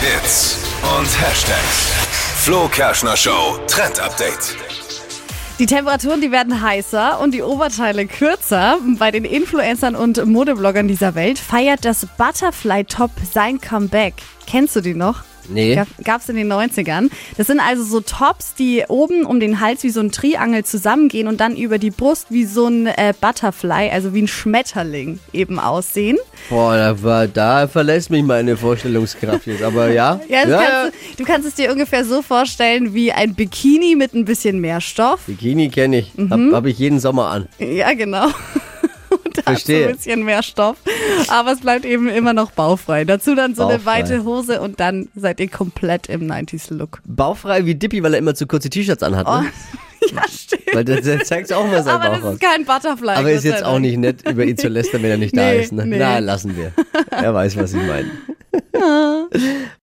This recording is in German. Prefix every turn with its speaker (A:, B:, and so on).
A: Hits und Hashtags. Flo Kerschner Show Trend Update.
B: Die Temperaturen, die werden heißer und die Oberteile kürzer. Bei den Influencern und Modebloggern dieser Welt feiert das Butterfly-Top sein Comeback. Kennst du die noch?
C: Nee.
B: Gab, gab's in den 90ern. Das sind also so Tops, die oben um den Hals wie so ein Triangel zusammengehen und dann über die Brust wie so ein äh, Butterfly, also wie ein Schmetterling eben aussehen.
C: Boah, da, war- da verlässt mich meine Vorstellungskraft jetzt. Aber ja.
B: Ja, das kannst, du- Du kannst es dir ungefähr so vorstellen wie ein Bikini mit ein bisschen mehr Stoff.
C: Bikini kenne ich. Hab, hab ich jeden Sommer an.
B: Mhm. Ja, genau. Und da hast du
C: Verstehe.
B: ein bisschen mehr Stoff. Aber es bleibt eben immer noch baufrei. Dazu dann so eine
C: Baufrei.
B: weite Hose und dann seid ihr komplett im 90s-Look.
C: Baufrei wie Dippy, weil er immer zu kurze T-Shirts anhat.
B: Oh,
C: Ne?
B: ja, stimmt.
C: Weil das, das zeigt auch mal sein
B: Aber das
C: Bauch aus.
B: ist kein Butterfly.
C: Aber
B: Gott
C: ist jetzt
B: sei
C: auch
B: Dank.
C: nicht nett, über ihn zu lästern, wenn er nicht da
B: Nee,
C: ist. Ne?
B: nee.
C: Na, lassen wir. Er weiß, was ich meine.